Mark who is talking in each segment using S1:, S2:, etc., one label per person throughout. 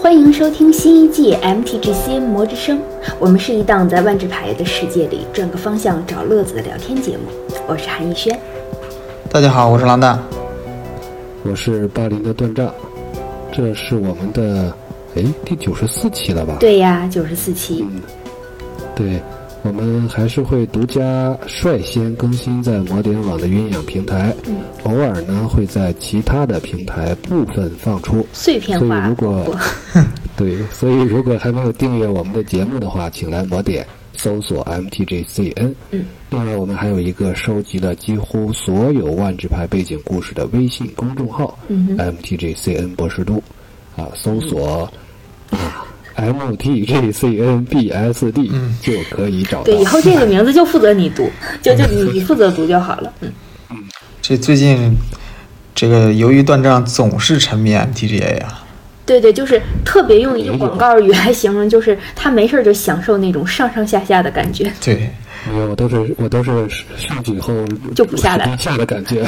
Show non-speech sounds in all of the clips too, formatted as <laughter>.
S1: 欢迎收听新一季 MTGC 魔之声，我们是一档在万智牌的世界里转个方向找乐子的聊天节目。我是韩逸轩，
S2: 大家好，我是狼蛋。
S3: 我是巴林的断杖，这是我们的哎第九十四期了吧？
S1: 对呀，九十四期，
S3: 嗯对，我们还是会独家率先更新在魔点网的云养平台，偶尔呢会在其他的平台部分放出。
S1: 碎片化
S3: 所以如果
S1: 播，
S3: 对，所以如果还没有订阅我们的节目的话，请来魔点搜索 MTGCN。
S1: 嗯，
S3: 另外我们还有一个收集了几乎所有万智牌背景故事的微信公众号，
S1: 嗯
S3: MTGCN 博士都，啊，搜索啊 MTGCNBSD 就可以找到。
S1: 对，以后这个名字就负责你
S3: <laughs>
S1: 读，就就你你负责读就好了。嗯，
S2: 这最近这个由于断账总是沉迷 MTGA 啊，
S1: 对对，就是特别用一句广告语来形容，就是他没事儿就享受那种上上下下的感觉。
S2: 对，
S3: 没有，我都是我都是上去以后
S1: 就不下来
S3: 时间 <laughs> 下的感觉。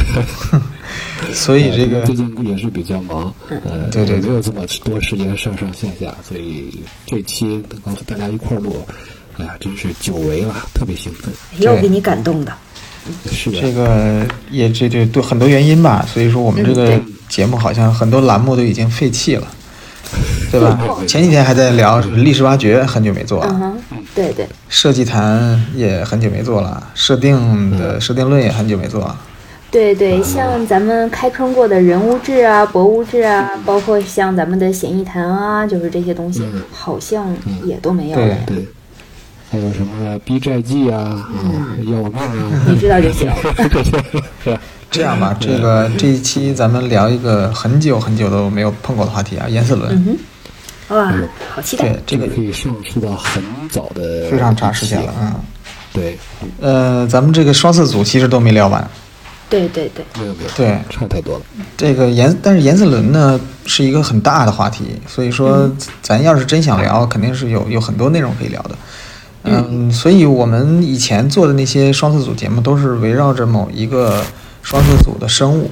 S2: 所以这个
S3: 呃最近也是比较忙，呃，
S2: 对对对
S3: 没有这么多时间上上下下，所以这期能够和大家一块儿录，哎呀，真是久违了，特别兴奋。
S1: 又
S2: 对
S1: 给你感动的，
S3: 是的，
S2: 这个也这这对很多原因吧，所以说我们这个节目好像很多栏目都已经废弃了，对吧？前几天还在聊历史挖掘，很久没做
S1: 嗯
S2: 了，
S1: 哼，对对，
S2: 设计坛也很久没做了，设定的设定论也很久没做了。
S1: 对对，
S2: 嗯
S1: 像咱们开坑过的人物志啊、博物志啊，
S2: 嗯
S1: 包括像咱们的显异谈啊，就是这些东西，好像也都没有了
S2: 嗯对。
S3: 对，还有什么 B 债记啊，嗯，要命啊，
S1: 你知道就
S3: <laughs>
S1: 行。
S3: 这些是吧
S2: 这样吧，这个这一期咱们聊一个很久很久都没有碰过的话题啊，颜色轮。
S1: 嗯哼，哇，
S2: 嗯
S1: 好期待
S2: 对！，这个
S3: 可以上溯到很早的
S2: 非常长时间了
S3: 一期
S2: 啊。
S3: 对，
S2: 呃，咱们这个双色组其实都没聊完。
S1: 对对对，
S3: 没有没有，
S2: 对
S3: 差太多了。
S2: 这个颜，但是颜色轮呢是一个很大的话题，所以说咱要是真想聊，肯定是有有很多内容可以聊的。嗯，所以我们以前做的那些双色组节目都是围绕着某一个双色组的生物，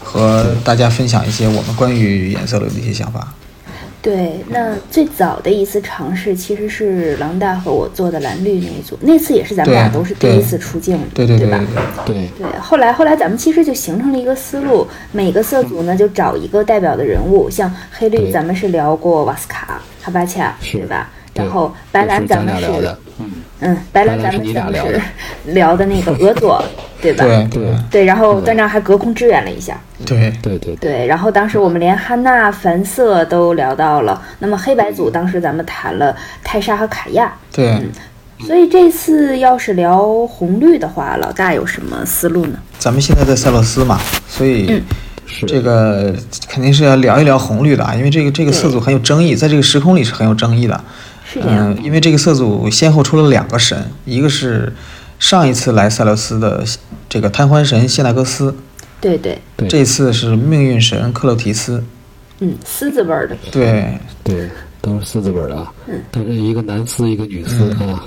S2: 和大家分享一些我们关于颜色轮的一些想法。
S1: 对，那最早的一次尝试其实是狼大和我做的蓝绿那一组，那次也是咱们
S2: 对
S1: 俩都是第
S2: 对
S1: 一次出镜，
S2: 对对对
S1: 吧
S2: 对？对。
S3: 对，
S1: 对，后来后来咱们其实就形成了一个思路，每个色组呢就找一个代表的人物，像黑绿
S3: 嗯对
S1: 咱们是聊过瓦斯卡、哈巴恰，
S3: 是
S1: 对吧？
S3: 对
S1: 然后白蓝
S3: 这是
S1: 咱
S3: 咱
S1: 们
S3: 俩聊
S1: 是
S3: 的，，嗯，
S1: 嗯，白蓝
S3: 白蓝
S1: 咱
S3: 是
S1: 们
S3: 你
S1: 咱
S3: 俩
S1: 们是
S3: 聊的
S1: <laughs> 聊的那个俄佐，对吧？
S2: 对对
S1: 对，然后段章还隔空支援了一下，
S2: 对
S3: 对对对，
S1: 对，然后当时我们连汉娜、凡瑟都聊到了，那么黑白
S3: 嗯
S1: 组当时咱们谈了泰莎和卡亚，
S2: 对，
S1: 所以这次要是聊红绿的话，老大有什么思路呢？
S2: 咱们现在在塞勒斯嘛，所以
S3: 是
S2: 这个肯定是要聊一聊红绿的啊，因为这个这个
S1: 对
S2: 色组很有争议，在这个时空里是很有争议的。
S1: 是这样
S2: 嗯，因为这个色组先后出了两个神，一个是上一次来塞勒斯的这个贪欢神谢纳戈斯，
S1: 对对，
S3: 对
S2: 这次是命运神克洛提斯。
S1: 嗯，狮子味儿的，
S2: 对
S3: 对，都是四字辈儿的啊，
S1: 嗯
S3: 但是一个男司，一个女司啊，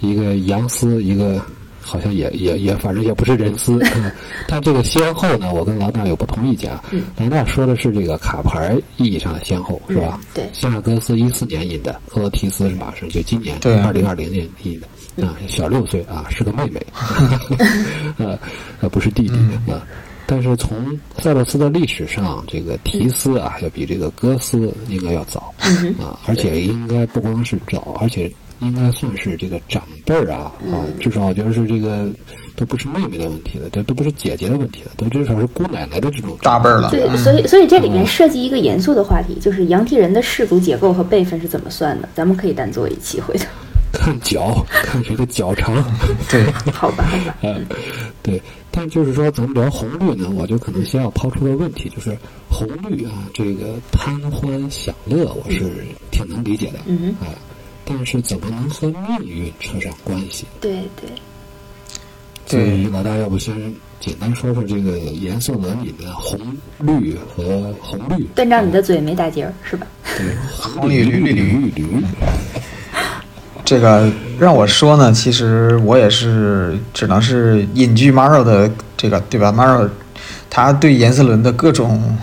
S3: 一个阳司，一个好像也也也，反正也不是人司。嗯但这个先后呢，我跟老大有不同意见啊。
S1: 嗯
S3: 老大说的是这个卡牌意义上的先后，是吧
S1: 嗯？对
S3: 希腊格斯一四年印的，克罗提斯是马上就今年
S2: 对啊
S3: 二零二零年印的。啊，小六岁啊，是个妹
S2: <laughs>
S3: 妹，呃，呃，不是弟弟
S2: 嗯
S3: 啊。但是从塞勒斯的历史上，这个提斯啊，要比这个戈斯应该要早啊，而且应该不光是早，而且应该算是这个长辈儿啊啊，至少我觉得是这个都不是妹妹的问题了，这都不是姐姐的问题了，都至少是姑奶奶的这种
S2: 大辈儿了
S1: 对，所以所以这里面涉及一个严肃的话题，就是羊蹄人的氏族结构和辈分是怎么算的，咱们可以单做一期回头，
S3: 看脚，看谁的脚长。
S2: 对，
S1: 好吧，好吧，
S3: 呃， <laughs> 对，但就是说，咱们聊红绿呢，我就可能先要抛出个问题，就是红绿啊，这个贪欢享乐，我是挺能理解的，
S1: 嗯
S3: 啊、但是怎么能和命运扯上关系？
S1: 对对，
S2: 对
S3: 所以老大，要不先简单说说这个颜色轮里的红绿和红绿，啊
S1: 段章你的嘴没打结儿是吧？
S3: 对，
S2: 红绿绿绿
S3: 绿绿，
S2: 这个让我说呢，其实我也是只能是隐居 Maro 的这个对吧？Maro 他对颜色轮的各种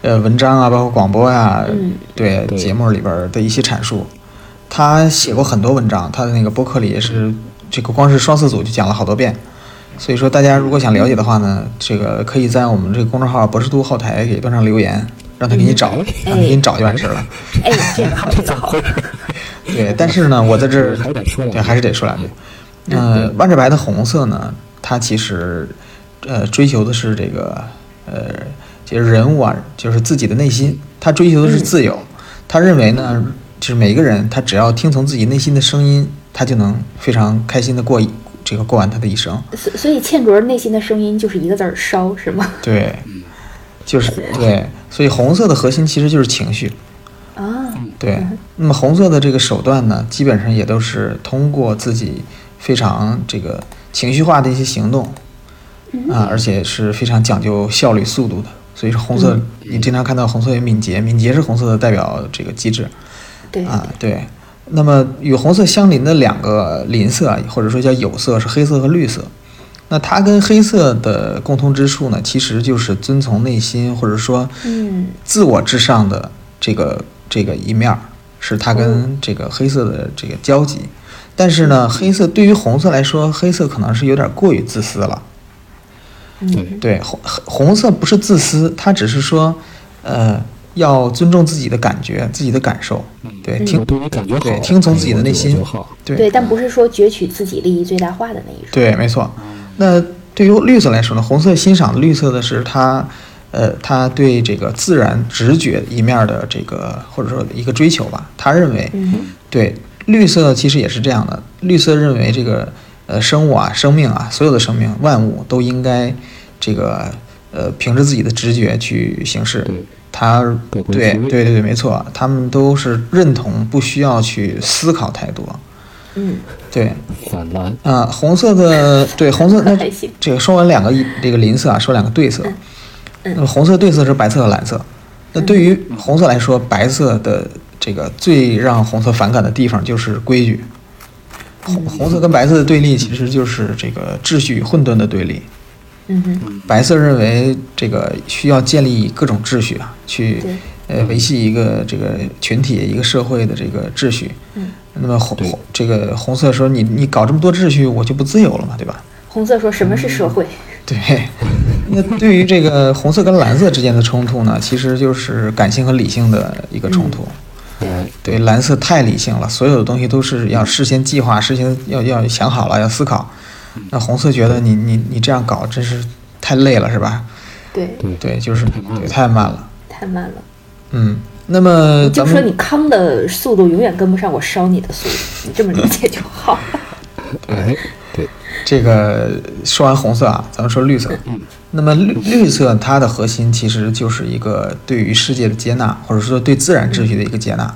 S2: 呃文章啊，包括广播呀、
S1: 嗯
S2: 对
S3: 对
S2: 节目里边的一些阐述。他写过很多文章，他的那个播客里也是这个光是双色组就讲了好多遍。所以说，大家如果想了解的话呢，这个可以在我们这个公众号“博士都”后台给段上留言，让他给你找，让他给你找就完事儿了。
S1: 哎，这个好，这个好，
S2: 对，但是呢，我在这儿
S3: 嗯还得说两句嗯
S2: 对，还是得说两句。呃，万智牌的红色呢，它其实呃追求的是这个呃，就是人物啊，就是自己的内心，他追求的是自由。
S3: 嗯
S2: 他认为呢，就是每一个人，他只要听从自己内心的声音，他就能非常开心的过一这个过完他的一生。
S1: 所所以倩卓内心的声音就是一个字儿烧，是吗？
S2: 对，
S3: 嗯
S2: 就是对，所以红色的核心其实就是情绪。
S1: 啊，
S2: 对，那么红色的这个手段呢，基本上也都是通过自己非常这个情绪化的一些行动，啊，而且是非常讲究效率速度的。所以说红色，你经常看到红色有敏捷，敏捷是红色的代表这个机制
S1: 对，
S2: 啊，对。那么与红色相邻的两个邻色啊，或者说叫有色，是黑色和绿色。那它跟黑色的共通之处呢，其实就是遵从内心，或者说
S1: 嗯，
S2: 自我至上的这个这个一面儿，是它跟这个黑色的这个交集。但是呢，黑色对于红色来说，黑色可能是有点过于自私了。
S1: 嗯
S3: 对，
S2: 对，红红色不是自私，它只是说，呃，要尊重自己的感觉、自己的感受。对，
S3: 嗯我
S2: 听
S3: 对你感觉好哎
S2: 对，听从自己的内
S3: 我
S2: 心
S3: 就好。
S1: 对，但不是说攫取自己利益最大化的那一种。
S2: 对，没错。那对于绿色来说呢，红色欣赏绿色的是它，呃，它对这个自然直觉一面的这个或者说一个追求吧。他认为，
S1: 嗯
S2: 对绿色其实也是这样的。绿色认为这个呃生物啊、生命啊，所有的生命万物都应该这个呃凭着自己的直觉去行事
S3: 对。
S2: 他对
S3: 各归
S2: 对
S3: 其位
S2: 对对，没错，他们都是认同，不需要去思考太多。
S1: 嗯，
S2: 对，
S3: 反蓝，
S2: 啊，红色的对
S1: <laughs>
S2: 红色，那
S1: 还行
S2: 这个说完两个一这个邻色啊，说两个对色。
S1: 嗯
S2: 那么红色对色是白色和蓝色。那对于红色来说，白色的这个最让红色反感的地方就是规矩。红红色跟白色的对立其实就是这个秩序与混沌的对立。
S1: 嗯哼，
S2: 白色认为这个需要建立各种秩序啊，去
S1: 对
S2: 呃维系一个这个群体、一个社会的这个秩序。
S1: 嗯，
S2: 那么红
S3: 对
S2: 红这个红色说你你搞这么多秩序，我就不自由了嘛，对吧？ <laughs>
S1: 红色说什么是社会？
S2: 对。那对于这个红色跟蓝色之间的冲突呢，其实就是感性和理性的一个冲突。
S1: 嗯
S3: 哎，
S2: 对，蓝色太理性了，所有的东西都是要事先计划，事先要要想好了，要思考。那红色觉得你你你这样搞真是太累了，是吧？
S1: 对，
S3: 对，
S2: 对，就是
S3: 太慢了
S2: 对太慢了。
S1: 太慢了。
S2: 嗯，那么
S1: 就
S2: 咱
S1: 说你
S2: 们
S1: 康的速度永远跟不上我烧你的速度，你这么理解就好了。
S2: <laughs>
S3: 哎，对，
S2: 这个说完红色啊，咱们说绿色。那么绿绿色它的核心其实就是一个对于世界的接纳，或者说对自然秩序的一个接纳。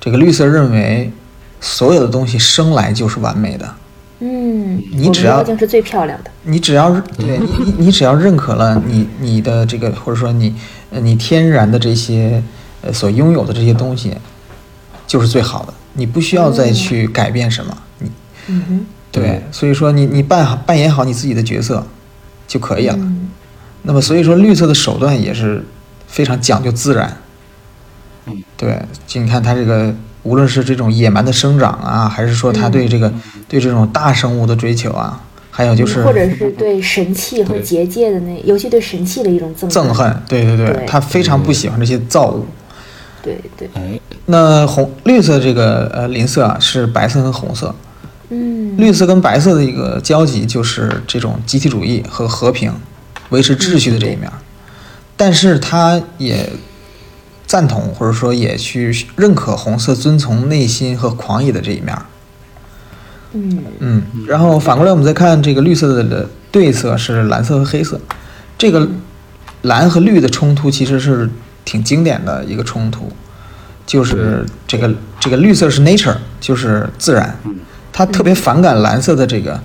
S2: 这个绿色认为所有的东西生来就是完美的，
S1: 嗯，
S2: 你
S1: 我
S2: 只
S1: 们
S2: 要
S1: 妖精是最漂亮的。
S2: 你只要对你你你只要认可了你你的这个或者说你呃你天然的这些呃所拥有的这些东西，就是最好的，你不需要再去改变什么，你
S1: 嗯哼，
S2: 对
S3: 对，
S2: 所以说你你扮好扮演好你自己的角色就可以了。
S1: 嗯
S2: 那么所以说绿色的手段也是非常讲究自然。
S3: 嗯
S2: 对，就你看它这个，无论是这种野蛮的生长啊，还是说它对这个、对这种大生物的追求啊，还有就是
S1: 嗯或者是对神器和
S3: 对
S1: 结界的那，尤其对神器的一种憎
S2: 憎恨，对对对
S1: 对，
S2: 他非常不喜欢这些造物。
S1: 对对，
S3: 哎，
S2: 那红绿色这个呃邻色啊，是白色和红色。
S1: 嗯，
S2: 绿色跟白色的一个交集就是这种集体主义和和平、维持秩序的这一面儿，但是他也赞同或者说也去认可红色遵从内心和狂野的这一面儿。
S1: 嗯
S2: 嗯，然后反过来我们再看这个绿色的对色是蓝色和黑色，这个蓝和绿的冲突其实是挺经典的一个冲突，就是这个这个绿色是 nature，就是自然，
S3: 嗯
S2: 他特别反感蓝色的这个，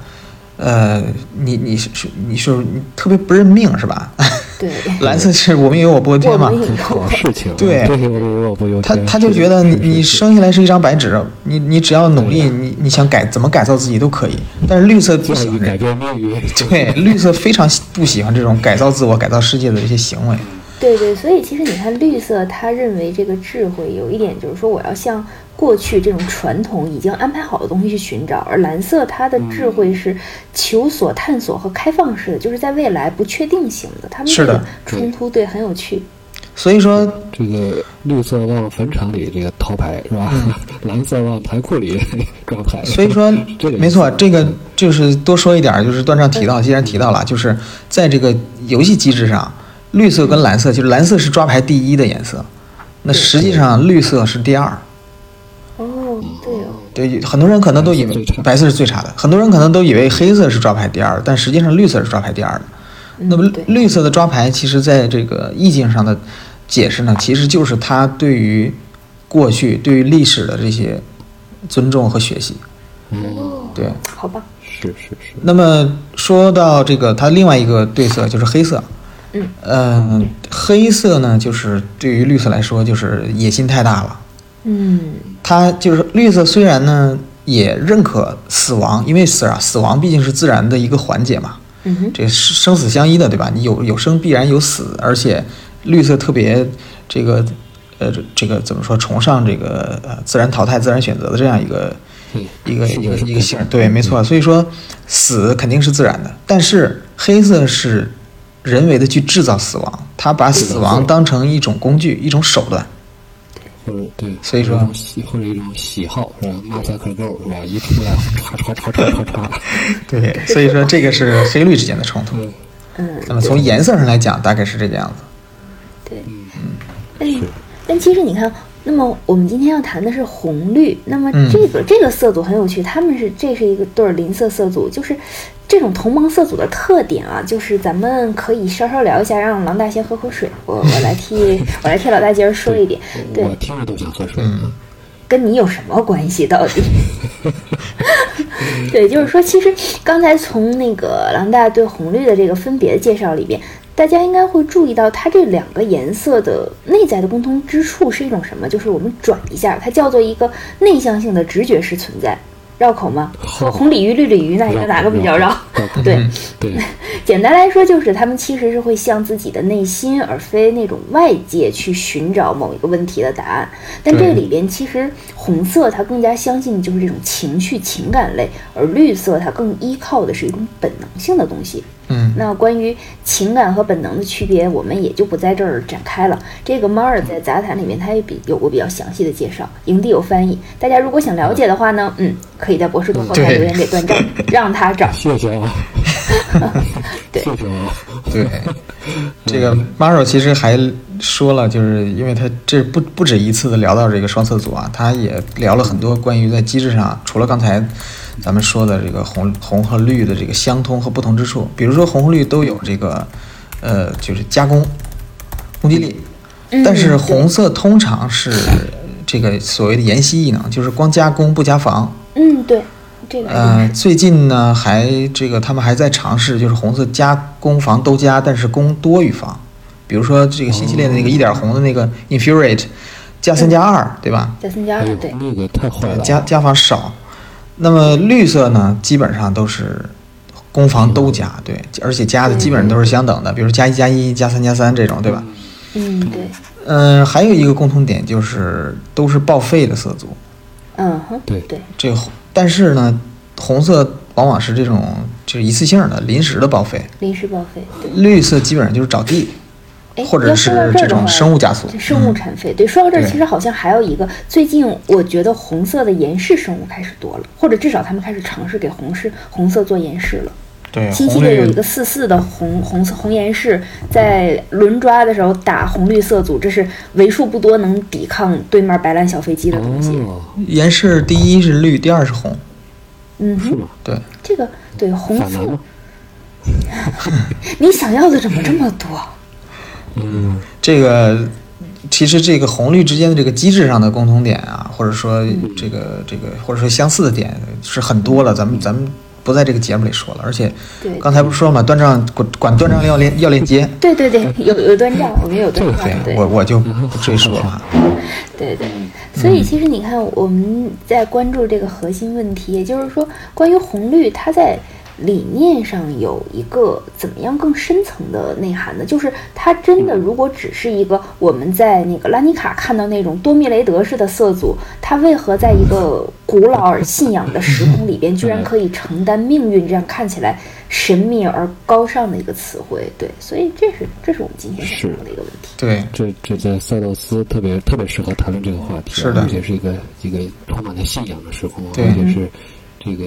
S2: 呃，你你是是你是你特别不认命是吧？
S1: 对，
S2: 蓝色是我们有我不由天嘛
S1: 我，们
S3: 搞事情，
S2: 对
S3: 这些我都我不由
S2: 他
S3: 天
S2: 他就是觉得你
S3: 是
S2: 你
S3: 是
S2: 生下来是一张白纸，你你只要努力，你你想改怎么改造自己都可以，但是绿色不
S3: 教
S2: 喜
S3: 育
S2: 欢
S3: 改变命运，
S2: 对，绿色非常喜不喜欢这种改造自我、改造世界的一些行为。
S1: 对对，所以其实你看，绿色他认为这个智慧有一点就是说，我要向过去这种传统已经安排好的东西去寻找；而蓝色它的智慧
S2: 嗯
S1: 是求索、探索和开放式的，就是在未来不确定性的。他们这
S2: 是的
S1: 个冲突对很有趣。
S2: 所以说，
S3: 这个绿色往坟场里这个掏牌是吧？蓝色往牌库里抓牌。，
S2: 嗯所以说
S3: 这个意思
S2: 没错，这个就是多说一点儿，就是段章提到，既然提到了，就是在这个游戏机制上，绿色跟蓝色，就是蓝色是抓牌第一的颜色，那实际上绿色是第二。嗯
S1: 哦，对哦，
S2: 对，很多人可能都以
S3: 白色
S2: 为
S3: 最差
S2: 白色是最差的，很多人可能都以为黑色是抓牌第二，但实际上绿色是抓牌第二的。那么
S1: 嗯对
S2: 绿色的抓牌，其实在这个意境上的解释呢，其实就是它对于过去、对于历史的这些尊重和学习。
S1: 哦
S3: 嗯，
S2: 对，
S1: 好棒。
S3: <laughs> 是是是，
S2: 那么说到这个，它另外一个对色就是黑色。
S1: 嗯
S2: 呃，黑色呢，就是对于绿色来说，就是野心太大了。
S1: 嗯，
S2: 它就是绿色，虽然呢也认可死亡，因为死啊，死亡毕竟是自然的一个环节嘛，
S1: 嗯哼，
S2: 这是生死相依的，对吧？你有有生必然有死，而且绿色特别这个呃这个怎么说，崇尚这个呃自然淘汰、自然选择的这样一个
S3: 嗯
S2: 一个
S3: 是
S2: 一个
S3: 的是的嗯
S2: 一个性儿，对，没错。所以说死肯定是自然的，但是黑色是人为的去制造死亡，他把死亡当成一种工具、一种手段。
S3: 或者对，
S2: 所以说
S3: 或者一种喜或者一种喜好是吧？马赛克够是吧？一出来唰唰唰唰唰唰，
S2: 对，所以说这个是黑绿之间的冲突。
S3: 嗯，
S1: 嗯，
S2: 那么从颜色上来讲，大概是这个样子。
S1: 对，嗯，但其实你看，那么我们今天要谈的是红绿，那么
S2: 嗯
S1: 这个、这个色组很有趣，他们是这是一个对儿邻色色组，就是这种同盟色组的特点啊，就是咱们可以稍稍聊一下，让狼大先喝口水，我我来替我来替老大姐儿说一点，对
S3: 我，听着都想喝水。
S2: 嗯
S3: 啊
S1: 跟你有什么关系？到底？对，就是说，其实刚才从那个狼大对红绿的这个分别的介绍里边，大家应该会注意到，它这两个颜色的内在的共通之处是一种什么？就是我们转一下，它叫做一个内向性的直觉式存在。绕口吗？
S3: 好
S1: 红鲤鱼、绿鲤鱼，那你
S3: 绕
S1: 说
S3: 口
S1: 哪个比较
S3: 绕
S1: 绕
S3: 口绕
S2: <laughs>
S3: 口？
S1: 对，
S3: 对，
S1: 简单来说，就是他们其实是会向自己的内心，而非那种外界去寻找某一个问题的答案。但这里边其实红色它更加相信就是这种情绪、情感类，而绿色它更依靠的是一种本能性的东西。
S2: 嗯，
S1: 那关于情感和本能的区别，我们也就不在这儿展开了。这个猫儿在杂谈里面，它也比有过比较详细的介绍，营地有翻译。大家如果想了解的话呢，嗯，可以在博士多后台
S2: 对
S1: 留言给段正，让他找。
S3: 谢谢啊，
S1: <laughs> 对
S3: 谢谢啊，
S2: <laughs> 对。这个 Maro 其实还说了，就是因为他这不不止一次的聊到这个双色组啊，他也聊了很多关于在机制上，除了刚才咱们说的这个红红和绿的这个相通和不同之处，比如说红和绿都有这个呃就是加工攻击力，
S1: 嗯
S2: 但是红色通常是这个所谓的延袭异能，就是光加攻不加防。
S1: 嗯，对，这个还真是
S2: 呃，最近呢，还这个他们还在尝试，就是红色加攻防都加，但是攻多于防。比如说这个新系列的那个一点红的那个 Infuriate，加三加二，对吧？
S1: 加三加
S3: 哎
S1: 二，
S3: 呦
S1: 对，，
S3: 那个太坏了，
S2: 加加防少。那么绿色呢，基本上都是攻防都加，对，而且加的基本上都是相等的，比如加一加一、加三加三这种，对吧？
S1: 嗯，对，
S2: 嗯、还有一个共同点就是都是报废的色组，
S1: 嗯哼，
S3: 对
S1: 对，
S2: 这个红但是呢，红色往往是这种就是一次性的临时的报废。
S1: 临时报废，对，
S2: 绿色基本上就是找地，
S1: 哎，
S2: 或者
S1: 要说到
S2: 是
S1: 这儿的
S2: 种
S1: 话
S2: 生物加速
S1: 对。生物产废，对，说到这儿，
S2: 对
S1: 其实好像还有一个，最近我觉得红色的岩氏生物开始多了，或者至少他们开始尝试给红氏红色做岩氏了。
S2: 对，
S1: 新系
S2: 红
S1: 列有一
S2: 绿
S1: 个四四的红红色红岩氏，在轮抓的时候打红绿色组，这是为数不多能抵抗对面白兰小飞机的东西。
S3: 哦，
S2: 岩是第一是绿，第二是红。
S1: 嗯
S3: 是
S1: 哼，
S3: 吗？
S2: 对，
S1: 这个对红
S3: 反
S1: 色
S3: 难吗？，
S1: <laughs> 你想要的怎么这么多？
S3: 嗯，
S2: 这个其实这个红绿之间的这个机制上的共同点啊，或者说这个这个或者说相似的点是很多了，咱们咱们不在这个节目里说了。而且
S1: 对
S2: 刚才不是说了嘛，端账管管端账要链要链接，
S1: 对对对，有有端账，我们有端账，对
S2: 对我我就不赘述了啊。
S1: 对对，所以其实你看，我们在关注这个核心问题，也就是说，关于红绿，它在理念上有一个怎么样更深层的内涵呢？就是它真的如果只是一个我们在那个拉尼卡看到那种多米雷德式的色组，它为何在一个古老而信仰的时空里边，居然可以承担命运这样看起来神秘而高尚的一个词汇？对，所以这是这是我们今天想聊的一个问题。
S2: 对， <laughs>
S3: 这这在塞勒斯特别特别适合谈论这个话题、啊，
S2: 是的
S3: 而且是一个一个充满了信仰的时空、啊，
S2: 对
S3: 而且是这个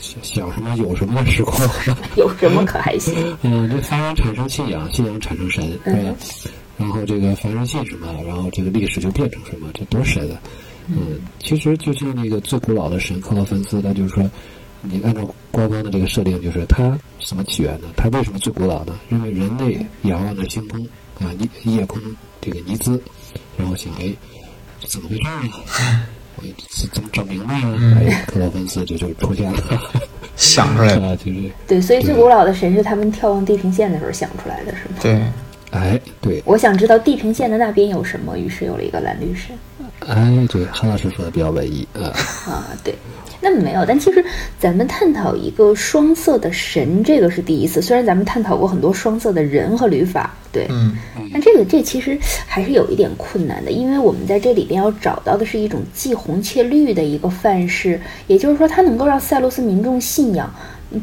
S3: 想想什么有什么的时空、啊。
S1: 有什么可还行？
S3: 嗯，这凡人产生信仰，信仰产生神，对吧？然后这个凡人信什么，然后这个历史就变成什么，这多神啊！嗯，其实就像那个最古老的神克劳芬斯，他就是说，你按照官方的这个设定，就是他什么起源呢？他为什么最古老呢？因为人类仰望着星空啊，夜夜空这个尼兹，然后想，哎，这怎么回事儿呢？ <laughs> 我这怎么整明白了？哎，克劳芬斯这就出现了，
S2: 想出来的，
S3: 啊，就是
S1: 对，所以最古老的神是他们眺望地平线的时候想出来的，是吗？
S2: 对，
S3: 哎，对，
S1: 我想知道地平线的那边有什么，于是有了一个蓝绿神。
S3: 哎，对，韩老师说的比较文艺啊，
S1: 啊，对，那没有，但其实咱们探讨一个双色的神，这个是第一次。虽然咱们探讨过很多双色的人和律法，对，
S2: 嗯，
S1: 但这个这其实还是有一点困难的，因为我们在这里边要找到的是一种既红且绿的一个范式，也就是说，它能够让塞洛斯民众信仰，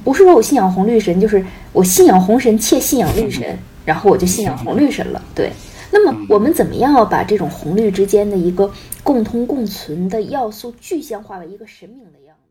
S1: 不是说我信仰红绿神，就是我信仰红神且信仰绿神， <laughs> 然后我就信仰红绿神了，对。那么我们怎么样把这种红绿之间的一个共通共存的要素具象化为一个神明的样子？